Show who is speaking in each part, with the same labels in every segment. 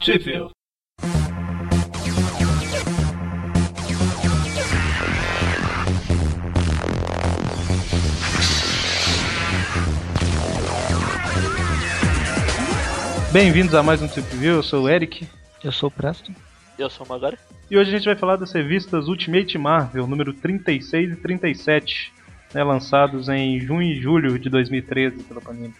Speaker 1: Sheffield. Bem-vindos a mais um Trip View, eu sou o Eric.
Speaker 2: Eu sou o Presto.
Speaker 3: Eu sou o Magari.
Speaker 1: E hoje a gente vai falar das revistas Ultimate Marvel, número 36 e 37, né, lançados em junho e julho de 2013 pela Panini.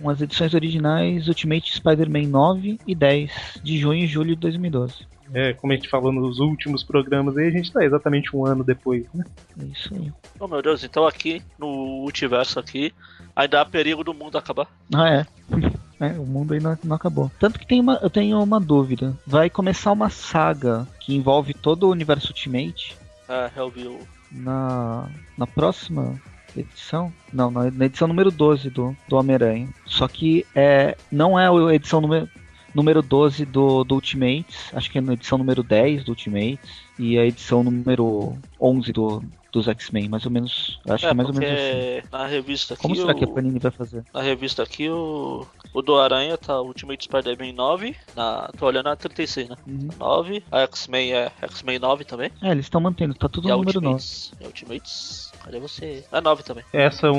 Speaker 2: Com as edições originais Ultimate Spider-Man 9 e 10, de junho e julho de 2012.
Speaker 1: É, como a gente falou nos últimos programas aí, a gente tá exatamente um ano depois, né?
Speaker 2: É isso aí.
Speaker 3: Oh meu Deus, então aqui no multiverso aqui ainda há perigo do mundo acabar.
Speaker 2: Ah, é. É, o mundo ainda não acabou. Tanto que tem uma, eu tenho uma dúvida. Vai começar uma saga que envolve todo o universo Ultimate
Speaker 3: É, eu vi o.
Speaker 2: na, na próxima edição? Não, na, na edição número 12 do, do Homem-Aranha. Só que é, não é a edição número, número 12 do, do Ultimates, acho que é na edição número 10 do Ultimates e a edição número 11 do, dos X-Men, mais ou menos. Acho que é mais ou
Speaker 3: porque
Speaker 2: menos assim.
Speaker 3: na revista aqui.
Speaker 2: Como será
Speaker 3: o-
Speaker 2: que é a Panini vai fazer?
Speaker 3: Na revista aqui o. O do Aranha tá Ultimate Spider-Man 9. Na... Tô olhando a 36, né?
Speaker 2: Uhum.
Speaker 3: 9. A X-Men é X-Men 9 também.
Speaker 2: É, eles estão mantendo, tá tudo
Speaker 3: e a
Speaker 2: no número 9.
Speaker 3: Ultimates. E a Ultimates. Cadê você? A 9 também.
Speaker 1: Essa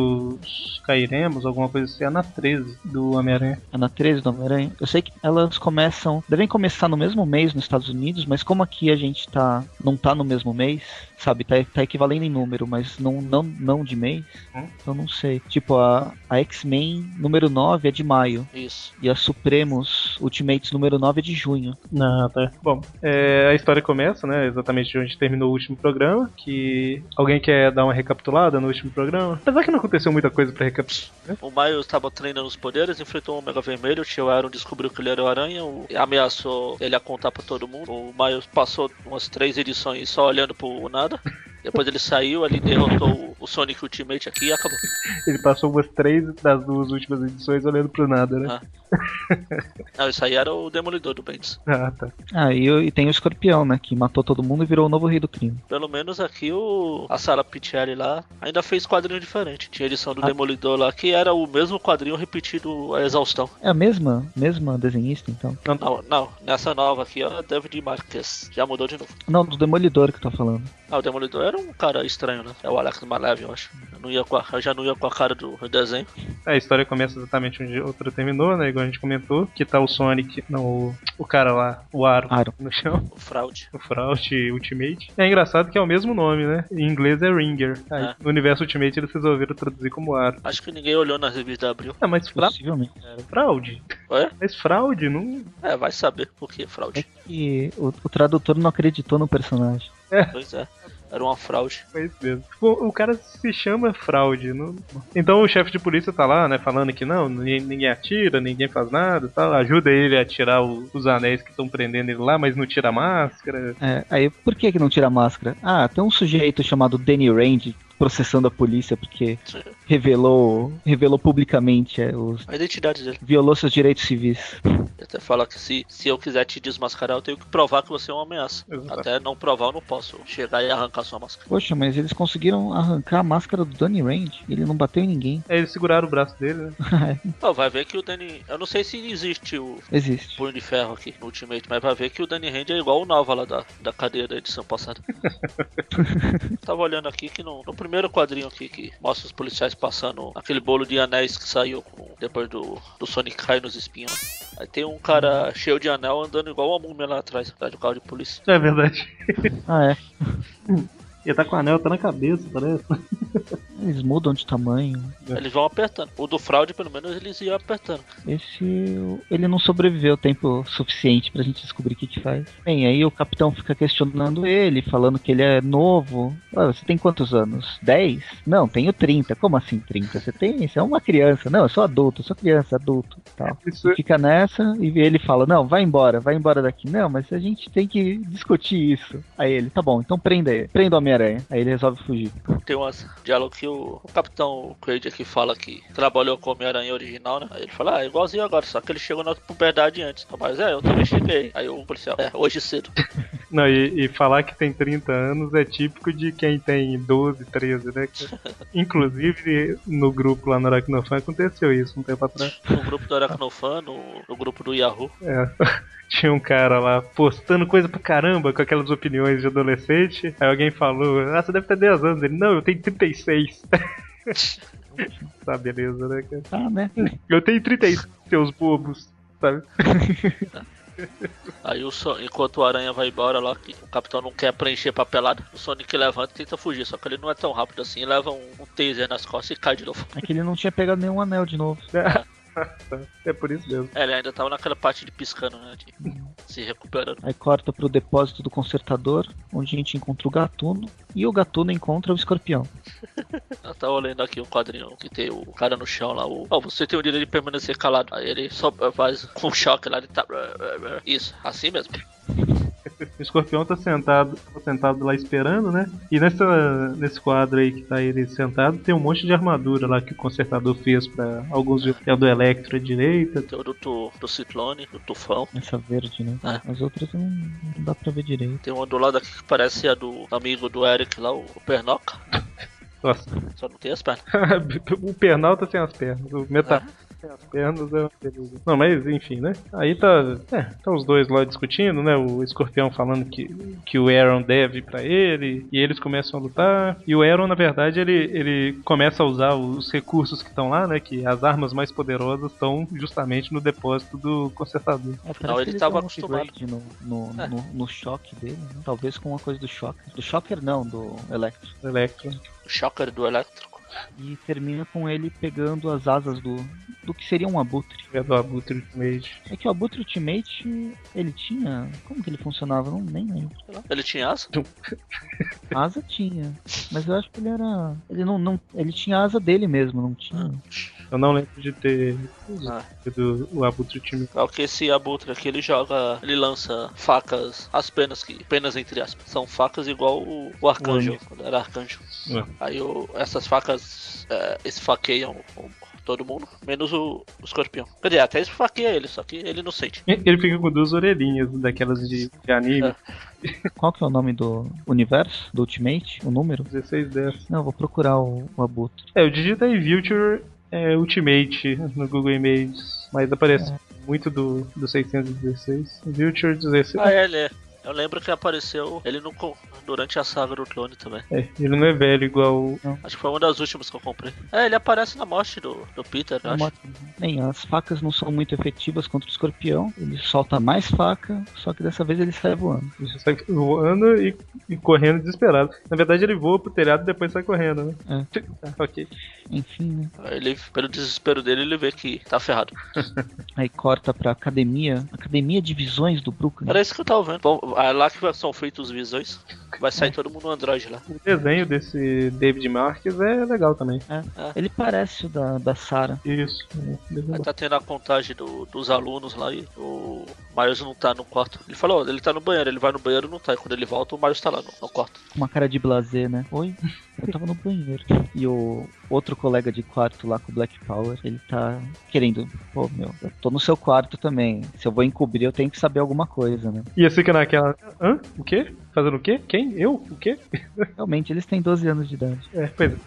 Speaker 1: Unidos Cairemos, alguma coisa assim, é na 13 do Homem-Aranha.
Speaker 2: É na 13 do Homem-Aranha. Eu sei que elas começam. Devem começar no mesmo mês nos Estados Unidos, mas como aqui a gente tá. não tá no mesmo mês, sabe? Tá, tá equivalendo em número, mas não, não, não de mês.
Speaker 1: Hum.
Speaker 2: Então não sei. Tipo, a, a X-Men número 9 é de maio.
Speaker 3: Isso.
Speaker 2: E a Supremos Ultimates número 9 é de junho.
Speaker 1: Ah, tá. Bom, é, a história começa, né? Exatamente de onde terminou o último programa. Que alguém quer dar uma recapitulada no último programa? Apesar que não aconteceu muita coisa pra recapitular.
Speaker 3: O Miles estava treinando os poderes, enfrentou o Omega Vermelho, o tio Aaron descobriu que ele era o Aranha, o- ameaçou ele a contar pra todo mundo. O Miles passou umas três edições só olhando pro nada. Depois ele saiu, ele derrotou o- o Sonic Ultimate aqui e acabou.
Speaker 1: Ele passou umas três das duas últimas edições olhando pro nada, né?
Speaker 3: Não, isso aí era o Demolidor do Bendis.
Speaker 1: Ah, tá.
Speaker 2: Ah, e, o- e tem o Escorpião, né? Que matou todo mundo e virou o novo rei do crime.
Speaker 3: Pelo menos aqui o a Sarah Pichelli lá ainda fez quadrinho diferente. Tinha a edição do
Speaker 2: Ah.
Speaker 3: Demolidor lá que era o mesmo quadrinho repetido a exaustão.
Speaker 2: É a mesma, mesma desenhista, então.
Speaker 3: Não, não, nessa nova aqui, ó, David Marquez. Já mudou de novo.
Speaker 2: Não, do Demolidor que tá falando.
Speaker 3: Ah, o Demolidor era um cara estranho, né? É o Alex Malev, eu acho. Eu, não ia com a- eu já não ia com a cara do desenho.
Speaker 1: A história começa exatamente onde a outra terminou, né? Igual a gente comentou. Que tá o Sonic, não, o, o cara lá, o Aro,
Speaker 2: Aro.
Speaker 1: no chão.
Speaker 3: O Fraude.
Speaker 1: O Fraud Ultimate. É engraçado que é o mesmo nome, né? Em inglês é Ringer. Aí,
Speaker 3: É.
Speaker 1: No universo Ultimate eles resolveram traduzir como Aro.
Speaker 3: Acho que ninguém olhou na revista da Abril.
Speaker 1: É, mas fra
Speaker 2: Possivelmente.
Speaker 1: fraude.
Speaker 3: É?
Speaker 1: Mas fraude, não.
Speaker 3: É, vai saber por que
Speaker 2: É
Speaker 3: fraude.
Speaker 2: que o, o tradutor não acreditou no personagem.
Speaker 3: Pois é. Era uma fraude.
Speaker 1: É isso mesmo. O, o cara se chama fraude. não- Então o chefe de polícia tá lá, né? Falando que não, ninguém, ninguém atira, ninguém faz nada tal. Ajuda ele a tirar o- os anéis que estão prendendo ele lá, mas não tira a máscara.
Speaker 2: É, aí por que que não tira a máscara? Ah, tem um sujeito chamado Danny Rand processando a polícia porque revelou, revelou publicamente, é, os,
Speaker 3: A identidade dele.
Speaker 2: violou seus direitos civis.
Speaker 3: Ele até fala que se, se eu quiser te desmascarar, eu tenho que provar que você é uma ameaça.
Speaker 1: Exato.
Speaker 3: Até não provar, eu não posso chegar e arrancar sua máscara.
Speaker 2: Poxa, mas eles conseguiram arrancar a máscara do Danny Rand. Ele não bateu em ninguém.
Speaker 1: Aí eles seguraram o braço dele, né?
Speaker 3: Ó, Então, vai ver que o Danny. Eu não sei se existe o
Speaker 2: Existe.
Speaker 3: Punho de Ferro aqui no Ultimate, mas vai ver que o Danny Hand é igual o Nova lá da, da cadeia da edição passada. Tava olhando aqui que no, no primeiro quadrinho aqui que mostra os policiais passando aquele bolo de anéis que saiu com- depois do, do Sonic cair nos espinhos. Aí tem um cara cheio de anel andando igual uma múmia lá atrás, atrás do carro de polícia.
Speaker 1: É verdade.
Speaker 2: Ah, é.
Speaker 1: Ele tá com o anel, tá na cabeça, parece.
Speaker 2: é. Eles mudam de tamanho.
Speaker 3: Eles vão apertando. O do fraude, pelo menos, eles iam apertando.
Speaker 2: Esse. Ele não sobreviveu tempo suficiente pra gente descobrir o que, que faz. Bem, aí o capitão fica questionando ele, falando que ele é novo. Ah, você tem quantos anos? 10? Não, tenho 30. Como assim 30? Você tem. Você é uma criança. Não, eu sou adulto, eu sou criança, adulto. Tal.
Speaker 1: Isso, é
Speaker 2: Fica nessa e ele fala: Não, vai embora, vai embora daqui. Não, mas a gente tem que discutir isso. Aí ele, tá bom, então prenda ele. Prenda o Homem-Aranha. Aí ele resolve fugir.
Speaker 3: Tem um diálogo que o, o Capitão Creed aqui fala que trabalhou com o Homem-Aranha original, né? Aí ele fala, ah, Então, igualzinho agora, só que ele chegou na puberdade antes. Mas é, eu também cheguei. Aí o policial, é, hoje cedo.
Speaker 1: Não, e, e falar que tem 30 anos é típico de quem tem 12, 13, né? Inclusive, no grupo lá no Aracnofan aconteceu isso um tempo atrás.
Speaker 3: No grupo do Aracnofan, no, no grupo do Yahoo.
Speaker 1: É. Tinha um cara lá postando coisa pra caramba com aquelas opiniões de adolescente. Aí alguém falou: Ah, você deve ter 10 anos. Ele: Não, eu tenho 36. tá, beleza, né, cara?
Speaker 2: Tá, né?
Speaker 1: Eu tenho 36, seus bobos, sabe?
Speaker 3: Aí o Son- enquanto o Aranha vai embora lá, que o capitão não quer preencher papelada, o Sonic levanta e tenta fugir, só que ele não é tão rápido assim, leva um, um taser nas costas e cai de novo.
Speaker 2: É que ele não tinha pegado nenhum anel de novo.
Speaker 1: É por isso mesmo.
Speaker 3: É, ele ainda tava naquela parte de piscando, né? De se recuperando.
Speaker 2: Aí corta pro depósito do consertador, onde a gente encontra o gatuno. E o gatuno encontra o escorpião.
Speaker 3: Eu tava olhando aqui um quadrinho que tem o cara no chão lá, o. Ó, você tem o direito de permanecer calado. Aí ele só faz com um choque lá, ele tá. Isso, assim mesmo.
Speaker 1: O escorpião tá sentado, tá sentado lá esperando, né? E nessa, nesse quadro aí que tá ele sentado, tem um monte de armadura lá que o consertador fez pra alguns. É o do Electro à direita.
Speaker 3: Tem o do, tu- do Ciclone, do Tufão.
Speaker 2: Essa verde, né?
Speaker 3: É.
Speaker 2: As outras não, não dá pra ver direito.
Speaker 3: Tem uma do lado aqui que parece a do amigo do Eric lá, o, o Pernoca.
Speaker 1: Nossa,
Speaker 3: Só não tem as pernas.
Speaker 1: o Pernalta sem as pernas, o Meta sem as pernas é uma beleza. Não, mas enfim, né? Aí tá, é, tá os dois lá discutindo, né? O escorpião falando que, que o Aaron deve pra ele, e eles começam a lutar. E o Aaron, na verdade, ele, ele começa a usar os recursos que estão lá, né? Que as armas mais poderosas estão justamente no depósito do consertador.
Speaker 2: É, parece
Speaker 3: Não, ele
Speaker 2: que
Speaker 3: tava
Speaker 2: deu um
Speaker 3: acostumado.
Speaker 2: upgrade No, no,
Speaker 3: É.
Speaker 2: no, no choque dele, né? Talvez com uma coisa do choque. Do shocker não, do Electro.
Speaker 1: do Electro.
Speaker 3: O Shocker do Elétrico.
Speaker 2: E termina com ele pegando as asas do, do que seria um abutre.
Speaker 1: É do Abutre Ultimate.
Speaker 2: É que o abutre ultimate, ele tinha. Como que ele funcionava? Não, nem lembro.
Speaker 3: Sei lá. Ele tinha asa?
Speaker 2: Asa tinha. Mas eu acho que ele era. Ele não. não ele tinha a asa dele mesmo, não
Speaker 3: Hum.
Speaker 2: tinha.
Speaker 1: Eu não lembro de ter
Speaker 3: Ah.
Speaker 1: sido o Abutre Ultimate.
Speaker 3: É o que esse abutre aqui, ele joga, ele lança facas, as penas que, penas entre aspas, são facas igual o, o arcanjo, quando era arcanjo.
Speaker 1: É.
Speaker 3: Aí o- essas facas é, esfaqueiam o- todo mundo, menos o, o escorpião. Quer dizer, até esfaqueia ele, só que ele não sente.
Speaker 1: Ele fica com duas orelhinhas daquelas de, de anime.
Speaker 3: É.
Speaker 2: Qual que é o nome do universo? Do Ultimate? O número?
Speaker 1: 16 dessa.
Speaker 2: Não, eu vou procurar o, o abutre.
Speaker 1: É, eu digitei Vulture é, Ultimate no Google Images, mas aparece muito do, do 616. Vulture 16.
Speaker 3: Ah, é, ele é. Eu lembro que apareceu ele no, co- durante a saga do clone também.
Speaker 1: É, ele não é velho igual. o-
Speaker 3: Acho que foi uma das últimas que eu comprei. É, ele aparece na morte do, do Peter, eu acho.
Speaker 2: Bem, as facas não são muito efetivas contra o escorpião. Ele solta mais faca, só que dessa vez ele sai voando.
Speaker 1: Ele sai voando e, e correndo desesperado. Na verdade, ele voa pro telhado e depois sai correndo, né? Tá, ok.
Speaker 2: Enfim, né?
Speaker 3: Ele, pelo desespero dele, ele vê que tá ferrado.
Speaker 2: Aí corta pra academia. Academia de visões do Brooklyn.
Speaker 3: Era isso que eu tava vendo. Bom, é lá que são feitos os visões. Vai sair todo mundo no Android lá.
Speaker 1: O desenho desse David Marques é legal também.
Speaker 2: Ele parece o da, da Sarah.
Speaker 1: Isso. é, desenho
Speaker 3: Aí
Speaker 1: bom.
Speaker 3: tá tendo a contagem do- dos alunos lá e o Marius não tá no quarto. Ele falou, ele tá no banheiro, ele vai no banheiro e não tá. E quando ele volta, o Marius tá lá no, no quarto.
Speaker 2: Com uma cara de blazer, né? Oi? Eu tava no banheiro. E o outro colega de quarto lá com o Black Power, ele tá querendo. Pô, meu, eu tô no seu quarto também. Se eu vou encobrir, eu tenho que saber alguma coisa, né?
Speaker 1: E assim que naquela. Hã? O quê? Fazendo o quê? Quem? Eu? O quê?
Speaker 2: Realmente, eles têm 12 anos de idade.
Speaker 1: É, pois é.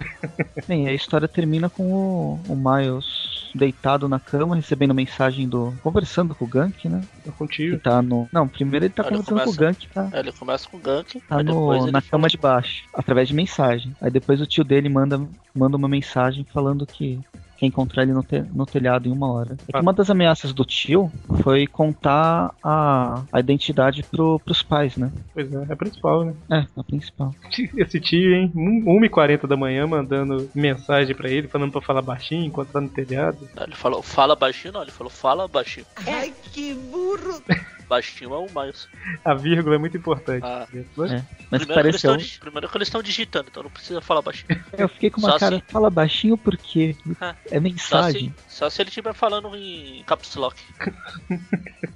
Speaker 2: Bem, a história termina com o, o Miles deitado na cama, recebendo mensagem do. conversando com o Gank, né?
Speaker 1: Tô
Speaker 2: Que
Speaker 1: é, contigo.
Speaker 2: tá no. Não, primeiro ele tá
Speaker 3: Olha,
Speaker 2: conversando
Speaker 3: começa-
Speaker 2: com o Gank, tá?
Speaker 3: Aí ele começa com o gank,
Speaker 2: Tá
Speaker 3: aí
Speaker 2: no-
Speaker 3: depois ele
Speaker 2: na
Speaker 3: fala-
Speaker 2: cama de baixo, através de mensagem. Aí depois o tio dele manda, manda uma mensagem falando que quer encontrar ele no, te- no telhado em uma hora. É que
Speaker 1: Ah.
Speaker 2: uma das ameaças do tio foi contar a, a identidade pro, pros pais, né?
Speaker 1: Pois é, é a principal, né?
Speaker 2: É, a principal.
Speaker 1: Esse tio, hein? 1h40 da manhã mandando mensagem pra ele, falando pra falar baixinho, enquanto tá no telhado.
Speaker 3: Aí ele falou, fala baixinho, não. Ele falou, fala baixinho.
Speaker 4: Ai, que burro!
Speaker 3: Baixinho é o Miles.
Speaker 1: A vírgula é muito importante.
Speaker 3: Ah,
Speaker 1: Né?
Speaker 2: Mas
Speaker 3: primeiro, que eles
Speaker 2: pareceu. um-
Speaker 3: tão dig- primeiro que eles estão digitando, então não precisa falar baixinho.
Speaker 2: Eu fiquei com uma
Speaker 3: Só
Speaker 2: cara, fala baixinho por quê?
Speaker 3: Ah.
Speaker 2: É
Speaker 3: Só
Speaker 2: mensagem.
Speaker 3: se, só se ele estiver falando em caps lock.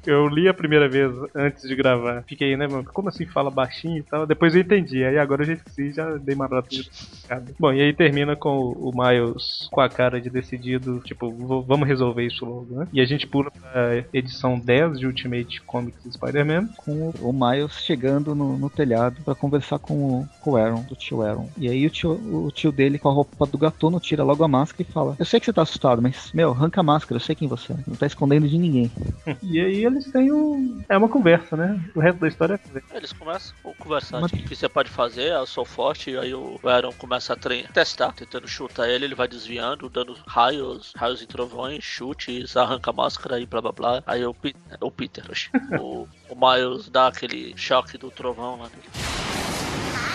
Speaker 1: Eu li a primeira vez antes de gravar. Fiquei, né, mano? Como assim fala baixinho e tal? Depois eu entendi. Aí agora eu já esqueci, já dei marota de cara. Bom, e aí termina com o o Miles com a cara de decidido, tipo, "Vou- vamos resolver isso logo, né? E a gente pula pra edição 10 de Ultimate Comics do Spider-Man.
Speaker 2: com o- o Miles chegando no, no telhado pra conversar com o, com o Aaron, do tio Aaron. E aí o tio, o tio dele com a roupa do gatuno tira logo a máscara e fala: Eu sei que você tá assustado, mas, meu, arranca a máscara, eu sei quem você é. Não tá escondendo de ninguém.
Speaker 1: E aí eles têm um. É uma conversa, né? O resto da história é conversa.
Speaker 3: Eles começam a conversar,
Speaker 2: Mas-
Speaker 3: tipo, o que você pode fazer, eu sou forte, e aí o Aaron começa a tre- testar, tentando chutar ele, ele vai desviando, dando raios, raios e trovões, chutes, arranca a máscara e blá blá blá. Aí o, Pe- o Peter, oxe, o, o Miles dá aquele choque do trovão lá nele.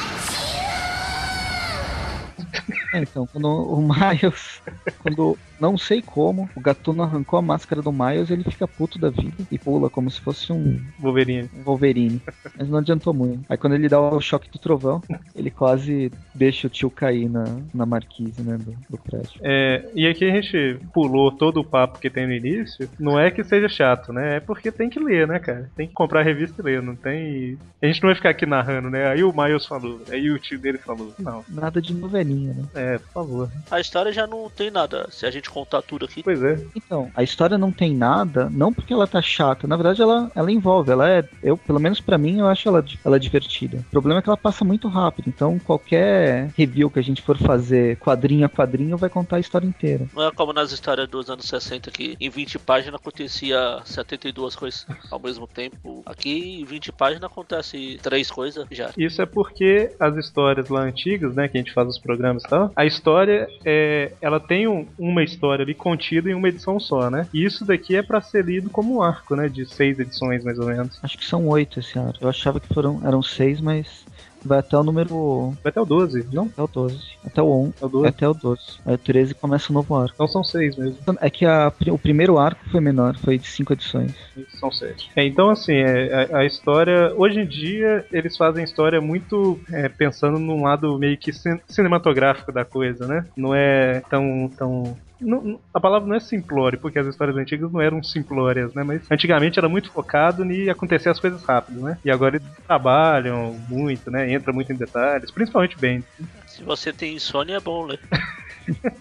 Speaker 2: É, então, quando o Miles. Quando, não sei como, o gatuno arrancou a máscara do Miles, ele fica puto da vida e pula como se fosse um,
Speaker 1: Wolverine.
Speaker 2: um Wolverine. Mas não adiantou muito. Aí quando ele dá o choque do trovão, ele quase deixa o tio cair na, na marquise, né, do, do prédio.
Speaker 1: É, e aqui a gente pulou todo o papo que tem no início. Não é que seja chato, né? É porque tem que ler, né, cara? Tem que comprar a revista e ler, não tem. A gente não vai ficar aqui narrando, né? Aí o Miles falou, aí o tio dele falou. Não,
Speaker 2: Nada de novelinha, né?
Speaker 1: é, por favor.
Speaker 3: A história já não tem nada, se a gente contar tudo aqui,
Speaker 1: Pois é.
Speaker 2: Então, a história não tem nada, não porque ela tá chata, na verdade ela, ela envolve, ela é, eu, pelo menos pra mim, eu acho ela, ela divertida. O problema é que ela passa muito rápido, então qualquer review que a gente for fazer quadrinho a quadrinho vai contar a história inteira.
Speaker 3: não é como nas histórias dos anos 60 que em 20 páginas acontecia 72 coisas ao mesmo tempo. Aqui em 20 páginas acontece três coisas já.
Speaker 1: Isso é porque as histórias lá antigas, né, que a gente faz os programas e tal, a história é, ela tem um- uma história ali contida em uma edição só, né? E isso daqui é pra ser lido como um arco, né, de seis edições mais ou menos.
Speaker 2: Acho que são oito esse ano. Eu achava que foram, eram seis, mas vai até o número,
Speaker 1: Vai até o 12, não?
Speaker 2: até o 12, até o 1,
Speaker 1: Até o 12.
Speaker 2: até o 12. Aí o 13 começa o novo arco.
Speaker 1: Então são seis mesmo.
Speaker 2: É que a pri- o primeiro arco foi menor, foi de cinco edições.
Speaker 1: São sete. É, então, assim, é, a, a história. Hoje em dia, eles fazem história muito é, pensando num lado meio que cin- cinematográfico da coisa, né? Não é tão. tão não- não- a palavra não é simplório, porque as histórias antigas não eram simplórias, né? Mas antigamente era muito focado em acontecer as coisas rápido, né? E agora eles trabalham muito, né? Entra muito em detalhes, principalmente bem.
Speaker 3: Se você tem insônia, é bom ler.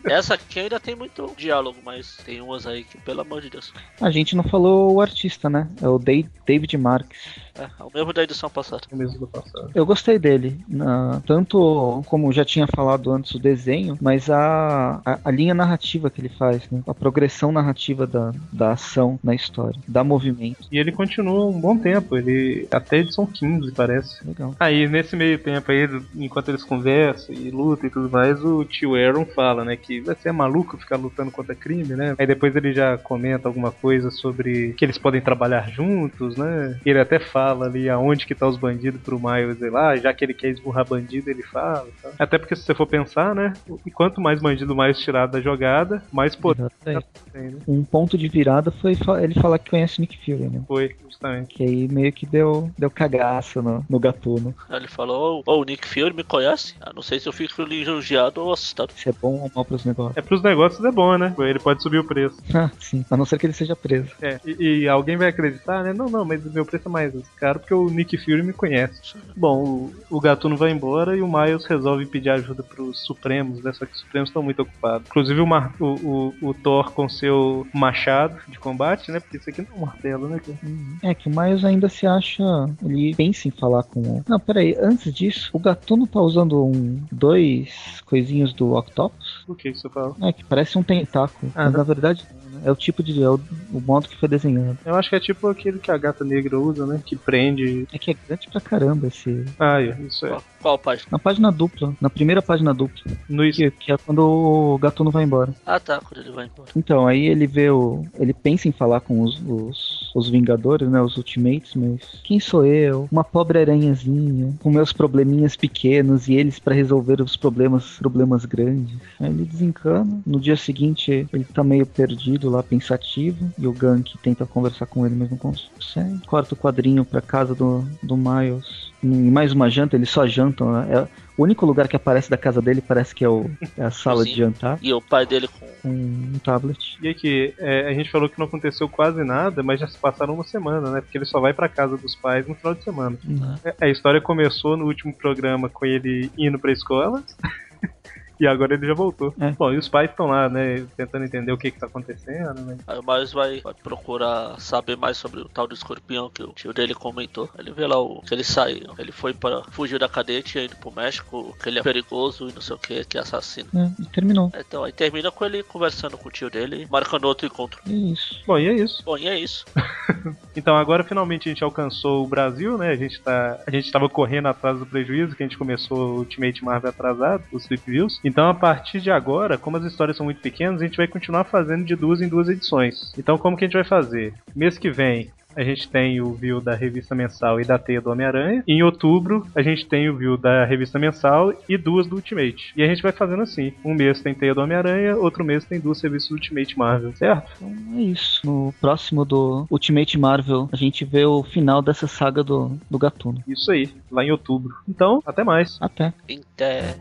Speaker 3: Essa aqui ainda tem muito diálogo, mas tem umas aí que, pelo amor de Deus.
Speaker 2: A gente não falou o artista, né? É o Dei- David Marques.
Speaker 3: É, é o mesmo da edição passada.
Speaker 1: no mesmo do passado.
Speaker 2: Eu gostei dele, na- tanto como já tinha falado antes o desenho, mas a, a, a linha narrativa que ele faz, né? a progressão narrativa da, da ação na história, da movimento.
Speaker 1: E ele continua um bom tempo, ele até edição 15, parece.
Speaker 2: Legal.
Speaker 1: Aí, nesse meio tempo aí, enquanto eles conversam e lutam e tudo mais, o tio Aaron fala, né, que você é maluco ficar lutando contra crime, né? Aí depois ele já comenta alguma coisa sobre que eles podem trabalhar juntos, né? Ele até fala ali aonde que tá os bandidos pro Miles ir lá, já que ele quer esburrar bandido, ele fala. e tal. Até porque se você for pensar, né, e quanto mais bandido mais tirado da jogada, mais poder tem, né?
Speaker 2: Um ponto de virada foi fa- ele falar que conhece Nick Fury, né?
Speaker 1: Foi, justamente.
Speaker 2: Que aí meio que deu, deu cagaço no, no gatuno.
Speaker 3: Aí Ele falou: Ô, o Nick Fury me conhece? Ah, não sei se eu fico lisonjeado ou assustado.
Speaker 2: Se é bom ou mal pros negócios.
Speaker 1: É pros negócios é bom, né? Ele pode subir o preço.
Speaker 2: Ah, sim. A não ser que ele seja preso.
Speaker 1: É, e, e alguém vai acreditar, né? Não, não, mas o meu preço é mais caro porque o Nick Fury me conhece. Bom, o, o Gatuno vai embora e o Miles resolve pedir ajuda pros Supremos, né? Só que os Supremos estão muito ocupados. Inclusive o, Mar- o, o, o Thor com seu machado de combate, né? Porque isso aqui não é um martelo, né? cara?
Speaker 2: É que o Miles ainda se acha. Ele pensa em falar com o. Não, peraí, antes disso, o gatuno tá usando um. dois coisinhos do Octopus.
Speaker 1: O que que você fala?
Speaker 2: É, que parece um tentáculo.
Speaker 1: Ah,
Speaker 2: mas
Speaker 1: tá.
Speaker 2: na verdade não, né? é o tipo de. É o, o modo que foi desenhado.
Speaker 1: Eu acho que é tipo aquele que a gata negra usa, né? Que prende.
Speaker 2: É que é grande pra caramba esse.
Speaker 1: Ah, é, isso é.
Speaker 3: Qual, qual página?
Speaker 2: Na página dupla, na primeira página dupla,
Speaker 1: No es-
Speaker 2: que, que é quando o gatuno vai embora.
Speaker 3: Ah, tá, quando ele vai embora.
Speaker 2: Então, aí ele vê o. Ele pensa em falar com os, os, os Vingadores, né? Os Ultimates, mas. Quem sou eu? Uma pobre aranhazinha, com meus probleminhas pequenos e eles pra resolver os problemas problemas grandes. Aí ele desencana. No dia seguinte, ele tá meio perdido lá, pensativo. E o Gank tenta conversar com ele, mas não consegue. Corta o quadrinho pra casa do, do Miles. Em mais uma janta, eles só jantam, né? É- o único lugar que aparece da casa dele parece que é, o, é a sala de
Speaker 3: Cozinha.
Speaker 2: jantar.
Speaker 3: E o pai dele com.
Speaker 2: com Um tablet.
Speaker 1: E aqui, é, a gente falou que não aconteceu quase nada, mas já se passaram uma semana, né? Porque ele só vai pra casa dos pais no final de semana.
Speaker 2: Uhum.
Speaker 1: É, A história começou no último programa com ele indo pra escola. E agora ele já voltou.
Speaker 2: É.
Speaker 1: Bom, e os pais estão lá, né? Tentando entender o que que tá acontecendo, né?
Speaker 3: Aí o Miles vai, vai procurar saber mais sobre o tal do escorpião que o tio dele comentou. Ele vê lá o, que ele saiu. Ele foi para fugiu da cadeia, tinha ido pro México, que ele é perigoso e não sei o que, que é assassino.
Speaker 2: É, e terminou.
Speaker 3: Então aí termina com ele conversando com o tio dele, marcando outro encontro.
Speaker 2: É isso.
Speaker 1: Bom, e é isso.
Speaker 3: Bom, e é isso.
Speaker 1: Então agora finalmente a gente alcançou o Brasil, né? A gente tá, a gente tava correndo atrás do prejuízo que a gente começou o Ultimate Marvel atrasado, os Flip Views. Então a partir de agora, como as histórias são muito pequenas, a gente vai continuar fazendo de duas em duas edições. Então como que a gente vai fazer? Mês que vem a gente tem o view da revista mensal e da teia do Homem-Aranha. Em outubro, a gente tem o view da revista mensal e duas do Ultimate. E a gente vai fazendo assim: um mês tem teia do Homem-Aranha, outro mês tem duas revistas do Ultimate Marvel, certo?
Speaker 2: Então é isso. No próximo do Ultimate Marvel, a gente vê o final dessa saga do, do Gatuno.
Speaker 1: Isso aí, lá em outubro. Então, até mais.
Speaker 3: é,
Speaker 2: Até.
Speaker 3: Inter.